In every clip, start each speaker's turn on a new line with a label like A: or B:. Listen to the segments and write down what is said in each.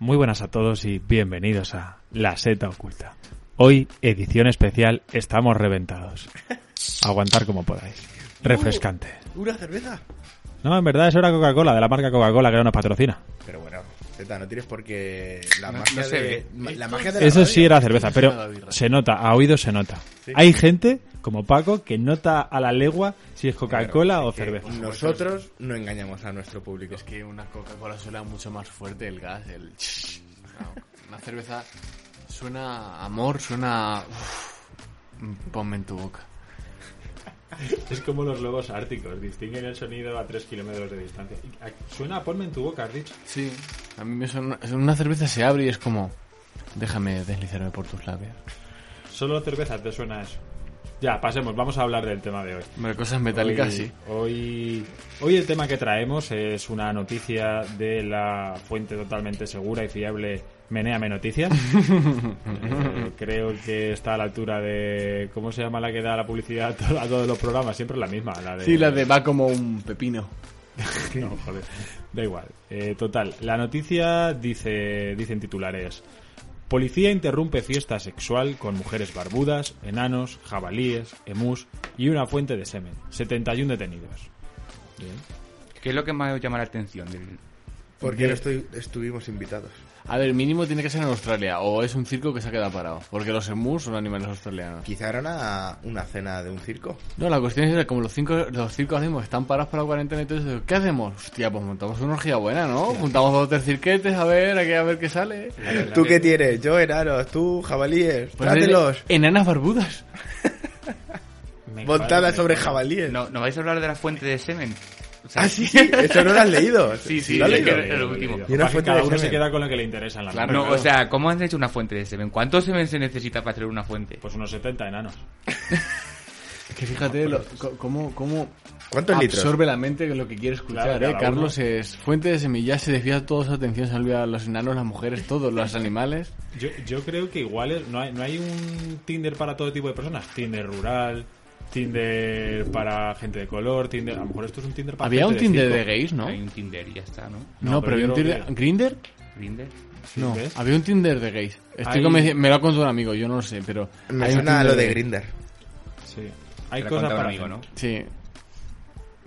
A: Muy buenas a todos y bienvenidos a La Seta Oculta. Hoy, edición especial, estamos reventados. Aguantar como podáis. Refrescante.
B: ¿Una cerveza?
A: No, en verdad es hora Coca-Cola, de la marca Coca-Cola que no nos patrocina.
B: Pero bueno, Zeta, no tienes por qué... La,
C: No-
B: magia,
C: no se
B: de,
C: ve.
B: ma- la magia de la
A: Eso
B: radio.
A: sí era cerveza,
C: Nada
A: pero
C: de birra.
A: se nota, a oído se nota. Hay gente, como Paco, que nota a la legua si es Coca-Cola o
B: Que
A: cerveza.
B: Nosotros no engañamos a nuestro público.
C: Es que una Coca-Cola suena mucho más fuerte el gas, el... Una cerveza suena a amor, suena... a- Uf, ponme en tu boca.
A: Es como los lobos árticos, distinguen el sonido a 3 kilómetros de distancia. ah, Suena, ponme en tu boca, has dicho.
C: Sí, a mí me suena... Una cerveza se abre y es como... Déjame deslizarme por tus labios.
A: Solo cerveza te suena eso. Ya, pasemos, vamos a hablar del tema de hoy.
C: Hombre, cosas metálicas,
A: hoy,
C: sí.
A: Hoy, hoy el tema que traemos es una noticia de la fuente totalmente segura y fiable Meneame Noticias. Eh, creo que está a la altura de... ¿Cómo se llama la que da la publicidad a to- a todos los programas? Siempre la misma. La de,
C: Sí, la de va como un pepino.
A: no, joder. Da igual. Eh, total, la noticia dice, dicen titulares. Policía interrumpe fiesta sexual con mujeres barbudas, enanos, jabalíes, emús y una fuente de semen. 71 detenidos. Bien.
D: ¿Qué es lo que más llama la atención? del-
B: Porque no estoy- estuvimos invitados.
C: A ver, mínimo tiene que ser en Australia, o es un circo que se ha quedado parado, porque los emus son animales australianos.
B: Quizá era una, una cena de un circo.
C: No, la cuestión es que como los, cinco, los circos ahora mismo están parados para la cuarentena, entonces, ¿qué hacemos? Hostia, pues montamos una orgía buena, ¿no? Juntamos dos o tres cirquetes, a ver, aquí a ver qué sale.
B: ¿Tú qué tienes? Yo, enanos, tú, jabalíes.
C: Pues
B: trátelos.
C: en- Enanas barbudas.
A: Me
B: Montada
A: enfado,
B: sobre
A: me-
B: jabalíes.
D: No, ¿No vais a hablar de la fuente de semen? O sea,
B: Ah, sí, sí. Eso no lo has leído.
D: Sí, sí,
B: lo has
D: es
B: leído.
D: que- lo último.
B: Y una
A: Capaz que
B: fuente
A: cada
B: de
A: uno se
B: semen.
A: queda con lo que le interesa en la
C: Claro.
A: vida.
D: No, o sea, ¿cómo han hecho una fuente de semen? ¿Cuánto semen se necesita para hacer una fuente?
A: Pues unos 70 enanos.
C: Es que fíjate lo- co- Ah, pues, cómo, cómo
B: ¿Cuántos litros?
C: absorbe la mente lo que quiere escuchar,
A: Claro,
C: ¿eh?
A: cada
C: Carlos es fuente de semillas, se desvía toda su atención, se olvida a los enanos, las mujeres, todos, los animales.
A: Yo, yo creo que igual es- no, hay, no hay un Tinder para todo tipo de personas. Tinder rural, Tinder para gente de color, Tinder... A lo mejor esto es un Tinder para
C: Había
A: gente
C: un Tinder
A: circo.
C: de gays, pues, ¿no?
D: Hay un Tinder y ya está,
C: No,
D: ¿no?
A: No,
C: pero,
A: pero
C: había un
A: yo
C: Tinder...
A: creo que-
C: ¿Grinder?
D: Grindr.
C: No,
A: ¿Ves?
C: había un Tinder de gays. Estoy
A: Hay-
C: convencido- me lo ha contado un amigo, yo no lo sé, pero...
B: Me
C: hay un
B: suena a
C: Tinder
B: lo de
C: gays.
B: Grinder.
A: Sí. Hay
D: Te lo
A: cosas
D: contaba un
A: para
D: amigo,
A: gente.
D: ¿no?
C: Sí.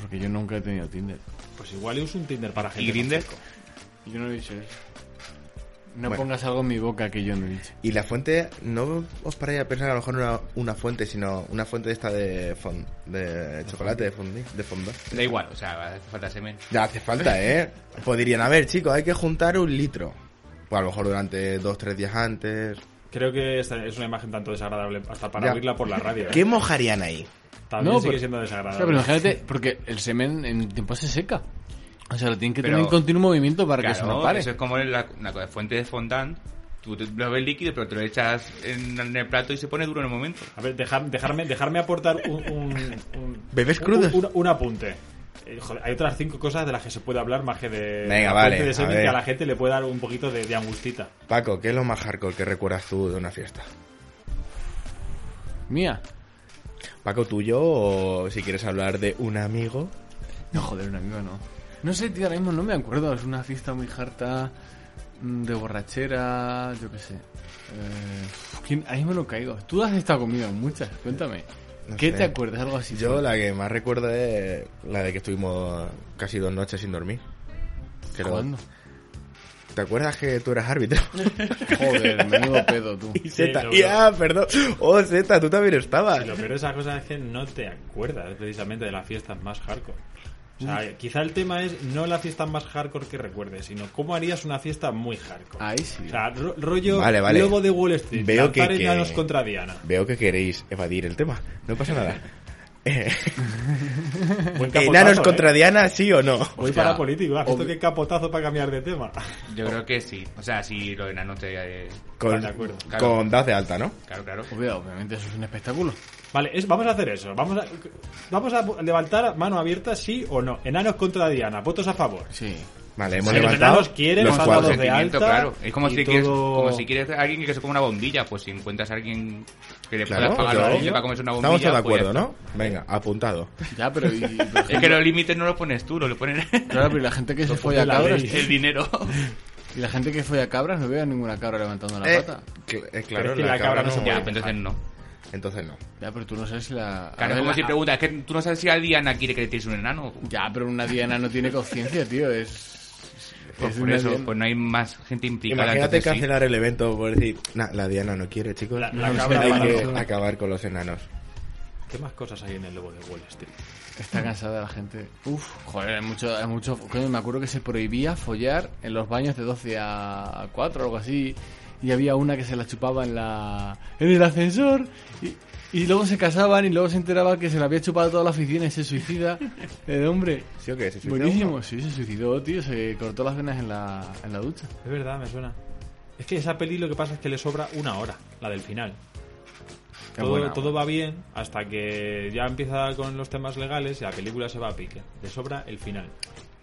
C: Porque yo nunca he tenido Tinder.
A: Pues igual es un Tinder para gente.
D: ¿Y Grinder?
C: Yo no he dicho eso. No
B: Bueno.
C: pongas algo en mi boca que yo no he dicho.
B: Y la fuente, no os paráis a pensar que a lo mejor no era una fuente, sino una fuente esta de, fon- de chocolate, de fondo. De fondo.
D: Da igual, o sea, hace falta semen.
B: Ya hace falta, ¿eh? Pues dirían, a ver, chicos, hay que juntar un litro. Pues a lo mejor durante dos, tres días antes.
A: Creo que esta es una imagen tanto desagradable hasta para
B: Ya.
A: abrirla por la radio. ¿eh?
B: ¿Qué mojarían ahí?
A: También
C: No,
A: sigue
C: pero-
A: siendo
C: O sea, pero
A: desagradable.
C: imagínate, porque el semen en tiempo se seca. O sea, lo tienen que
D: Pero-
C: tener en continuo movimiento para que
D: Claro,
C: eso no pare.
D: eso es como la, la co- fuente de fondant. Tú te- lo ves líquido, pero te lo echas en, en el plato y se pone duro en el momento.
A: A ver, dejar- dejarme, dejarme aportar un, un- un-
B: ¿Bebés
A: un-
B: crudos?
A: Un, un apunte. Eh, joder, hay otras cinco cosas de las que se puede hablar más que de,
B: Venga,
A: la
B: vale,
A: fuente de semen
B: a ver.
A: que a la gente le puede dar un poquito de, de angustita.
B: Paco, ¿qué es lo más hardcore que recuerdas tú de una fiesta?
C: Mía.
B: ¿Paco tuyo o si quieres hablar de un amigo?
C: No, joder, un amigo no. No sé, tío, ahora mismo no me acuerdo. Es una fiesta muy harta, mm, de borrachera, yo qué sé. Eh, ¿quién? Ahí me lo caigo. Tú has estado conmigo en muchas, cuéntame.
B: No
C: ¿Qué
B: sé.
C: te acuerdas? Algo así.
B: Yo la que más recuerdo es la de que estuvimos casi dos noches sin dormir. Que lo-
C: ¿Cuándo?
B: ¿Te acuerdas que tú eras árbitro?
C: Joder, menudo pedo tú.
B: Y Zeta,
A: lo-
B: y ah, perdón. Oh, Zeta, tú también estabas.
A: Y lo peor de esas cosas es que no te acuerdas precisamente de las fiestas más hardcore. O sea, quizá el tema es no la fiesta más hardcore que recuerdes, sino cómo harías una fiesta muy hardcore.
C: Ahí sí.
A: O sea, ro- rollo
B: Vale, vale.
A: logo de Wall Street.
B: Veo
A: lanzar
B: que- que-
A: enanos contra Diana.
B: Veo que queréis evadir el tema. No pasa nada. Eh,
A: Buen
B: ¿Enanos
A: capotazo,
B: contra
A: ¿eh?
B: Diana, sí o no?
A: Voy
D: Hostia.
A: para político. ¿Has visto
D: Obvio.
A: qué capotazo para cambiar de tema?
D: Yo creo que sí. O sea, si lo de Nano te...
B: Con,
A: de acuerdo.
B: con das de alta, ¿no?
D: Claro, claro.
C: Obvio, obviamente eso es un espectáculo.
A: Vale, es- vamos a hacer eso. Vamos a, vamos a levantar mano abierta, sí o no. Enanos contra Diana. Votos a favor.
C: Sí.
B: Vale, hemos
A: Sí, los
B: levantado
A: enanos quieren,
B: los
A: los
B: cuatro.
A: soldados de
D: Sentimiento,
A: alta
D: claro. Es como
A: y
D: si, quieres,
A: todo-
D: como si quieres a alguien que se coma una bombilla, pues si encuentras a alguien que le
B: Claro,
D: puedas pagar
B: claro.
D: a alguien para comerse una bombilla.
B: Estamos todos de
D: pues ya
B: acuerdo, ¿no? Venga, apuntado.
C: Ya, pero. y- y, por
D: está. Es que
C: ejemplo,
D: los límites no los pones tú, los ponen
C: Claro, pero y la gente que se
A: pone
C: folla
A: la
C: cabras.
A: ley.
D: el dinero.
C: Y la gente que folla cabras no veo a ninguna cabra levantando la
B: Eh,
C: pata.
B: cl- eh,
A: Pero
B: claro,
A: es que la cabra no se
D: ya,
A: mueve.
D: pero entonces no.
B: Entonces no.
C: Ya, pero tú no sabes si la. a
D: Claro,
C: ver,
D: como
C: la-
D: si preguntas, que tú no sabes si a Diana quiere que le tires un enano.
C: Ya, pero una diana no tiene conciencia, tío. Es.
D: Pues
C: es
D: por
C: una
D: eso,
C: diana.
D: pues no hay más gente implicada.
B: Imagínate
D: entonces sí.
B: cancelar el evento por decir, nah, la Diana no quiere, chicos.
A: La- la
C: No,
A: cabra
B: Hay
C: no,
A: para
B: que
C: no.
B: acabar con los enanos.
A: ¿Qué más cosas hay en el lobo de Wall Street?
C: Está cansada la gente. Uf, joder, hay mucho, hay mucho. Coño, me acuerdo que se prohibía follar en los baños de 12 a 4 o algo así. Y había una que se la chupaba en la. en el ascensor. Y, y luego se casaban y luego se enteraba que se la había chupado toda la oficina y se suicida. El hombre.
B: ¿Sí o qué? ¿Se suicidó?
C: Buenísimo, sí, se suicidó, tío. Se cortó las venas en la, en la ducha.
A: Es verdad, me suena. Es que esa peli lo que pasa es que le sobra una hora, la del final.
C: Qué
A: Todo,
C: buena,
A: todo va bien hasta que ya empieza con los temas legales y la película se va a pique. Le sobra el final.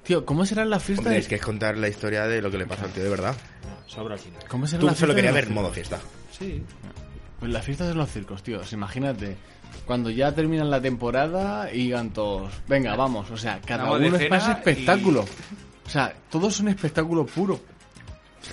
C: Tío, ¿cómo serán las fiestas?
B: Hombre, es que es contar la historia de lo que le pasa al tío de verdad.
A: No, sobra el final.
C: ¿Cómo serán
B: Tú
C: las
B: solo
C: fiestas
B: querías
C: de
B: ver
C: los
B: modo
C: circos?
B: fiesta.
A: Sí.
C: Pues las fiestas de los circos, tío. Pues Imagínate, cuando ya terminan la temporada y van todos. Venga, vamos. O sea, cada
D: Vamos de
C: uno es
D: cena
C: más espectáculo. O sea, todos son espectáculo puro.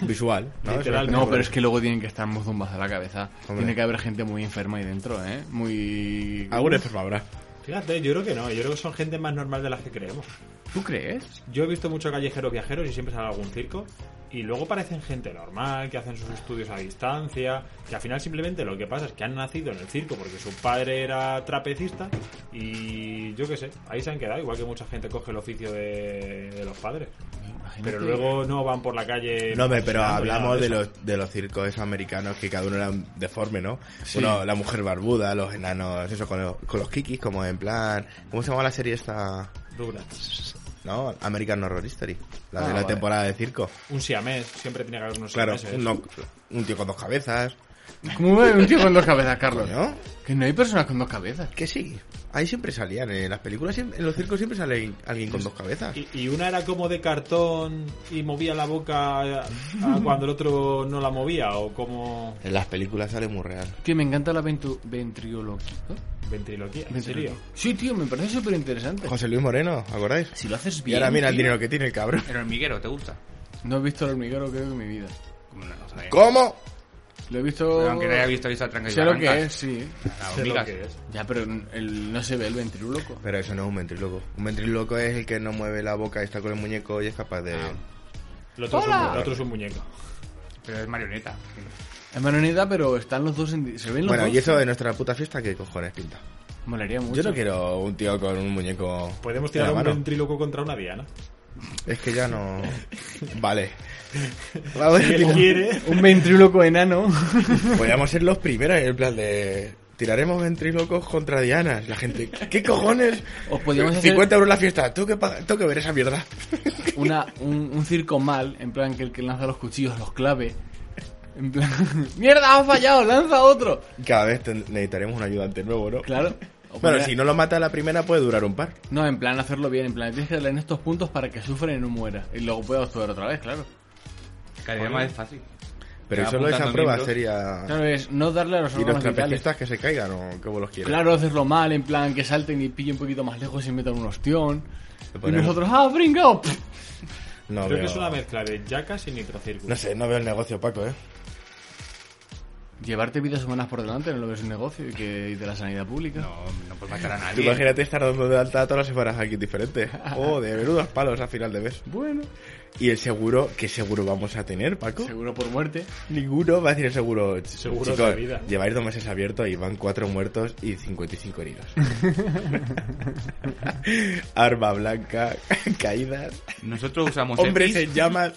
B: Visual. ¿no?
A: Literal,
B: Eso
A: Al
C: No,
A: menos.
C: pero es que luego tienen que estar muy zumbas a la cabeza.
B: Hombre.
C: Tiene que haber gente muy enferma ahí dentro, ¿eh? Muy.
B: Alguna enferma habrá.
A: Fíjate, yo creo que no. Yo creo que son gente más normal de las que creemos.
C: ¿Tú crees?
A: Yo he visto muchos callejeros viajeros y siempre salen a algún circo. Y luego parecen gente normal, que hacen sus estudios a distancia, que al final simplemente lo que pasa es que han nacido en el circo porque su padre era trapecista y yo qué sé, ahí se han quedado, igual que mucha gente coge el oficio de, de los padres.
C: Imagínate.
A: Pero luego no van por la calle.
B: Eh, No, hombre, pero
A: asesinando ni nada
B: hablamos de
A: eso.
B: los, de los circos esos americanos que cada uno era un deforme, ¿no?
C: Sí.
B: Uno, la mujer barbuda, los enanos, eso, con los, con los kikis, como en plan... ¿Cómo se llama la serie esta?
A: Rugrats.
B: ¿No? American Horror Story. La
C: Ah,
B: de la
C: vale.
B: temporada de circo.
A: Un siamés, siempre tiene que haber unos
B: Claro,
A: siameses.
B: uno- un tío con dos cabezas,
C: ¿Cómo ve un tío con dos cabezas, Carlos?
B: ¿no?
C: Que no hay personas con dos cabezas.
B: Que sí. Ahí siempre salían, en las películas, siempre- en los circos siempre sale alguien con dos cabezas.
A: Y, y una era como de cartón y movía la boca a- a cuando el otro no la movía, o como.
B: En las películas sale muy real.
C: Tío, me encanta la ventu- ventriloquía.
A: Ventriloquía, ¿en serio?
C: Sí, tío, me parece súper interesante.
B: José Luis Moreno, ¿acordáis?
C: Si lo haces
B: Y
C: bien.
B: ahora mira el
C: tío.
B: dinero que tiene el cabrón.
D: El hormiguero, ¿te gusta?
C: No he visto el hormiguero creo que en mi vida.
D: Como no, o sea,
B: ¿Cómo?
C: Lo he visto...
D: pero Aunque no haya visto esa tranca y
C: Sé lo
D: barrancas,
C: que es, sí.
D: las
A: Sé lo
D: hormigas.
A: que es.
C: Ya, pero el- no se ve el ventríloco.
B: Pero eso no es un ventríloco. Un ventríloco es el que no mueve la boca y está con el muñeco y es capaz de...
A: El otro, es un, el otro es un muñeco.
D: Pero es marioneta.
C: Es marioneta, pero están los dos en... ¿Se ven los
B: Bueno,
C: dos?
B: y eso de nuestra puta fiesta, ¿qué cojones pinta?
C: Molaría mucho.
B: Yo no quiero un tío con un muñeco...
A: Podemos
B: en la
A: tirar un
B: mano.
A: ventríloco contra una diana.
B: Es que ya no... Vale. Vamos a
A: Si él
B: decir-
A: quiere.
C: Un ventríloco enano.
B: Podríamos ser los primeros en el plan de... Tiraremos ventrílocos contra Dianas. La gente, ¿qué cojones?
C: O podríamos hacer-
B: 50 euros la fiesta. Tengo que, pagar- tengo que ver esa mierda.
C: Una, un, un circo mal, en plan que el que lanza los cuchillos los clave. En plan... ¡Mierda, ha fallado! ¡Lanza otro!
B: Cada vez ten- necesitaremos un ayudante nuevo, ¿no?
C: Claro. O
B: Bueno,
C: poner-
B: si no lo mata a la primera puede durar un par.
C: No, en plan hacerlo bien. En plan, tienes que darle en estos puntos para que sufra y no muera. Y luego pueda actuar otra vez, claro.
D: Cada vez más es fácil.
B: Pero
D: Ya,
B: solo esa
D: apuntando
B: prueba
D: miembros.
B: sería...
C: Claro, es no darle a los
B: Ah. Y los
C: órganos vitales.
B: trapecistas que se caigan o como los quieran.
C: Claro, hacerlo mal, en plan que salten y pillen un poquito más lejos y metan un ostión.
B: Lo
C: Y
B: ponemos.
C: nosotros, ¡ah, fringao! Pff.
B: No,
A: Creo
B: veo-
A: que es una mezcla de yacas y nitrocircuito.
B: no sé, no veo el negocio, Paco, ¿eh?
C: Llevarte vidas humanas por delante no lo ves un negocio y que y de la sanidad pública.
D: No, no puedes matar a
B: Tú
D: nadie.
B: imagínate estar dando de alta todas las semanas a alguien diferente. Oh, de menudos palos a final de mes.
C: Bueno,
B: Y el seguro, ¿qué seguro vamos a tener, Paco?
C: seguro por muerte.
B: Ninguno va a decir el seguro. "Ch-
A: Seguro
B: chicos,
A: de vida".
B: Lleváis dos meses abiertos y van cuatro muertos y 55 heridos. Arma blanca, caídas,
D: Nosotros usamos
B: hombres
D: EPIs.
B: en llamas.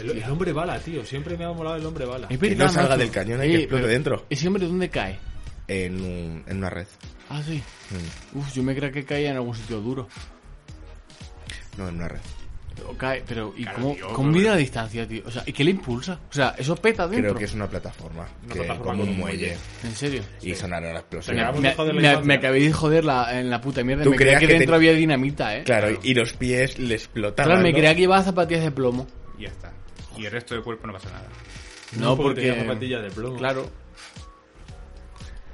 A: El, el hombre bala, tío. Siempre me ha molado el hombre bala.
C: Es
B: Que
C: verdad,
B: no salga
C: macho.
B: del cañón, hay que
C: Eh,
B: explote
C: pero
B: dentro.
C: Ese hombre, ¿dónde cae?
B: en, un- en una red.
C: Ah, sí.
B: Mm,
C: Uf, yo me creía que caía en algún sitio duro.
B: No, en una red.
C: Pero cae, pero ¿y
D: Claro,
C: cómo,
D: tío,
C: cómo mide la distancia, tío? O sea, ¿y qué le impulsa? O sea, eso peta dentro.
B: Creo que es una plataforma.
A: Una
B: que-
A: plataforma
B: como
A: con
B: un
A: un
B: muelle.
C: En serio.
B: Y sonaron las
A: Me
B: explosiones.
A: acabamos de joder la
C: me,
A: infancia.
C: me acabé de joder la, en la puta mierda.
B: ¿Tú
C: Me creía
B: creías
C: que,
B: que te-
C: dentro había dinamita, eh.
B: Claro, y los pies le explotaban.
C: Claro, me
B: ¿no?
C: creía que llevaba zapatillas de plomo.
D: Y ya está. Y el resto del cuerpo no pasa nada.
C: No, porque.
A: tenía zapatillas de plomo.
C: Claro.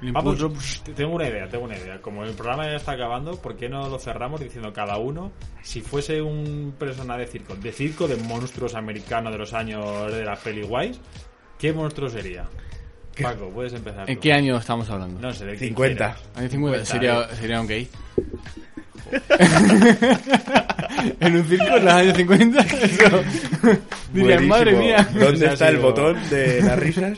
C: El
A: Vamos,
C: impulso,
A: te- tengo una idea, tengo una idea. Como el programa ya está acabando, ¿por qué no lo cerramos diciendo cada uno? Si fuese un persona de circo, de circo, de monstruos americanos de los años de las Peliwise, ¿qué monstruo sería? Paco, puedes empezar.
C: ¿En
A: tú.
C: qué año estamos hablando?
A: No sé, de qué ¿eh?
B: 50.
A: quieras.
C: Año
A: 50,
C: 50 sería, sería un gay. en un circo en los años 50. Eso. Dirían,
B: Buenísimo.
C: madre mía.
B: ¿Dónde
A: Eso ha
B: está el
A: sido-
B: botón de las risas?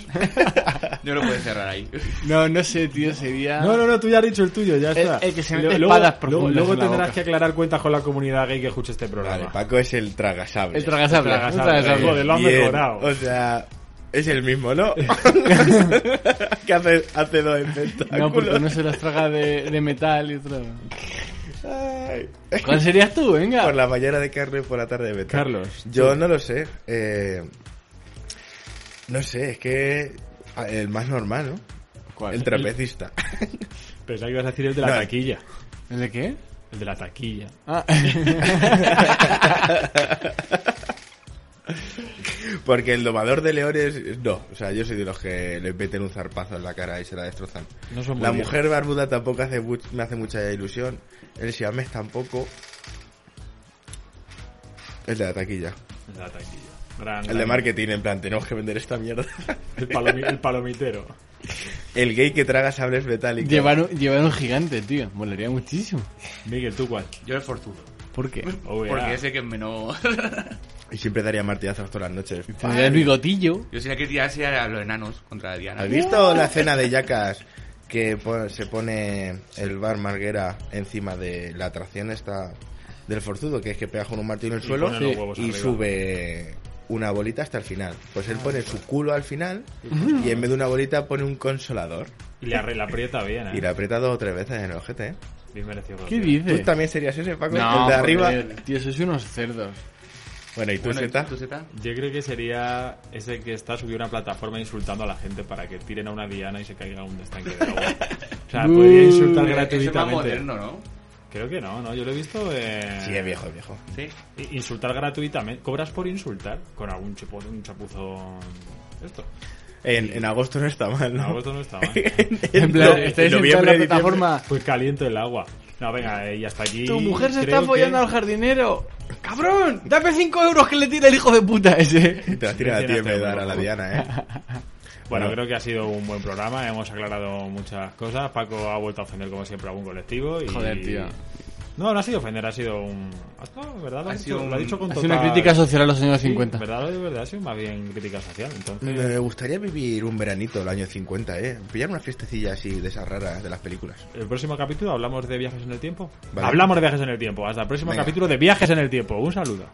D: No lo puedes cerrar ahí.
C: No, no sé, tío, sería.
A: No, no, no, tú ya has dicho el tuyo, ya está.
C: el que se
A: Lo-
C: mete
A: luego,
C: espadas
A: luego-
C: profundas
A: luego
C: en la
A: tendrás
C: boca.
A: que aclarar cuentas con la comunidad gay que escucha este
B: Vale,
A: programa.
B: Paco es el tragasable.
C: El tragasable.
A: El tragasable,
C: un tragasable.
A: joder. lo han
B: Bien.
A: mejorado.
B: O sea, es el mismo, ¿no? que hace, hace dos espectáculos.
C: No, porque uno se las traga de, de metal y otro.
B: Ay.
C: ¿Cuál serías tú? Venga.
B: Por la mañana de carne y por la tarde de beta.
A: Carlos,
B: Yo no lo sé. eh, no sé, es que ah, el más normal, ¿no? El trapecista.
A: pensaba que ibas a decir el de la
B: No.
A: taquilla.
C: ¿El de qué?
A: El de la taquilla.
C: Ah,
B: Porque el domador de leones, no. O sea, yo soy de los que les meten un zarpazo en la cara y se la destrozan.
A: No son muy
B: la
A: bien.
B: mujer barbuda tampoco hace mu- me hace mucha ilusión. El siamés tampoco. El de la taquilla.
A: El de la taquilla. Gran,
B: El de
A: gran-
B: marketing, en plan, tenemos que vender esta mierda.
A: El, palomi- el palomitero.
B: El gay que traga sables metálicos.
C: llevar, un, llevar un gigante, tío. Molaría muchísimo.
A: Miguel, ¿tú cuál?
D: Yo el forzudo.
C: ¿Por qué?
A: Oh, yeah.
D: Porque ese que menos.
B: Y siempre daría martillazos todas las noches.
C: Tendría el bigotillo.
D: Yo sería que tirase a los enanos contra Diana.
B: ¿Has visto la cena de yacas que pon- se pone el bar Marguera encima de la atracción esta del forzudo, que es que pega con un martillo en el
A: Y
B: suelo
A: pone los huevos
B: y
A: arriba.
B: sube una bolita hasta el final? Pues él pone su culo al final y en vez de una bolita pone un consolador
A: Y le, arre- la aprieta bien, ¿eh?
B: y la aprieta dos o tres veces en el ojete. ¿eh?
A: Bien merecido.
C: ¿Qué
A: bien.
C: dices?
B: Tú también serías ese, Paco,
C: No,
B: el de arriba.
C: joder, tío, sois unos cerdos.
B: Bueno, ¿y tú,
D: Bueno, ¿y
B: Zeta?
D: tú, Zeta?
A: Yo creo que sería ese que está subido a una plataforma insultando a la gente para que tiren a una diana y se caiga un estanque de agua. O sea, podría insultar
C: Uh,
D: Eso es más
A: gratuitamente.
D: moderno, ¿no?
A: Creo que no, ¿no? Yo lo he visto eh,
B: Sí, es viejo, es viejo.
D: Sí.
A: i- Insultar gratuitamente. ¿Cobras por insultar? Con algún chupo, un chapuzón... Esto.
B: En, en agosto no está mal,
A: No,
B: ¿no?
A: agosto no está mal.
C: En plan,
B: No,
C: estáis
B: en
C: en plan la
B: noviembre,
C: plataforma.
A: Pues caliente el agua. No, venga, eh, y hasta aquí...
C: Tu mujer se
A: creo
C: está
A: que-
C: follando al jardinero. ¡Cabrón! ¡Dame 5 euros que le tira el hijo de puta ese!
B: Te la tira a ti en vez de dar a la
A: Bueno.
B: Diana, ¿eh?
A: Bueno,
B: Bueno.
A: creo que ha sido un buen programa, hemos aclarado muchas cosas. Paco ha vuelto a ofender como siempre a algún colectivo y...
C: Joder, tío.
A: No, no ha sido ofender, ha sido un... No, ¿verdad? Lo
D: Ha
A: ha, dicho,
D: sido
A: lo
D: un-
A: ha dicho con
C: Ha sido
A: total...
C: una crítica social a los años
A: Sí,
C: 50.
A: ¿verdad? lo de verdad, ha sido más bien crítica social. Entonces,
B: Me gustaría vivir un veranito el año 50, ¿eh? Pillar una fiestecilla así de esas raras de las películas.
A: el próximo capítulo hablamos de viajes en el tiempo.
B: Vale.
A: Hablamos de viajes en el tiempo. Hasta el próximo
B: Venga.
A: capítulo de viajes en el tiempo. Un saludo.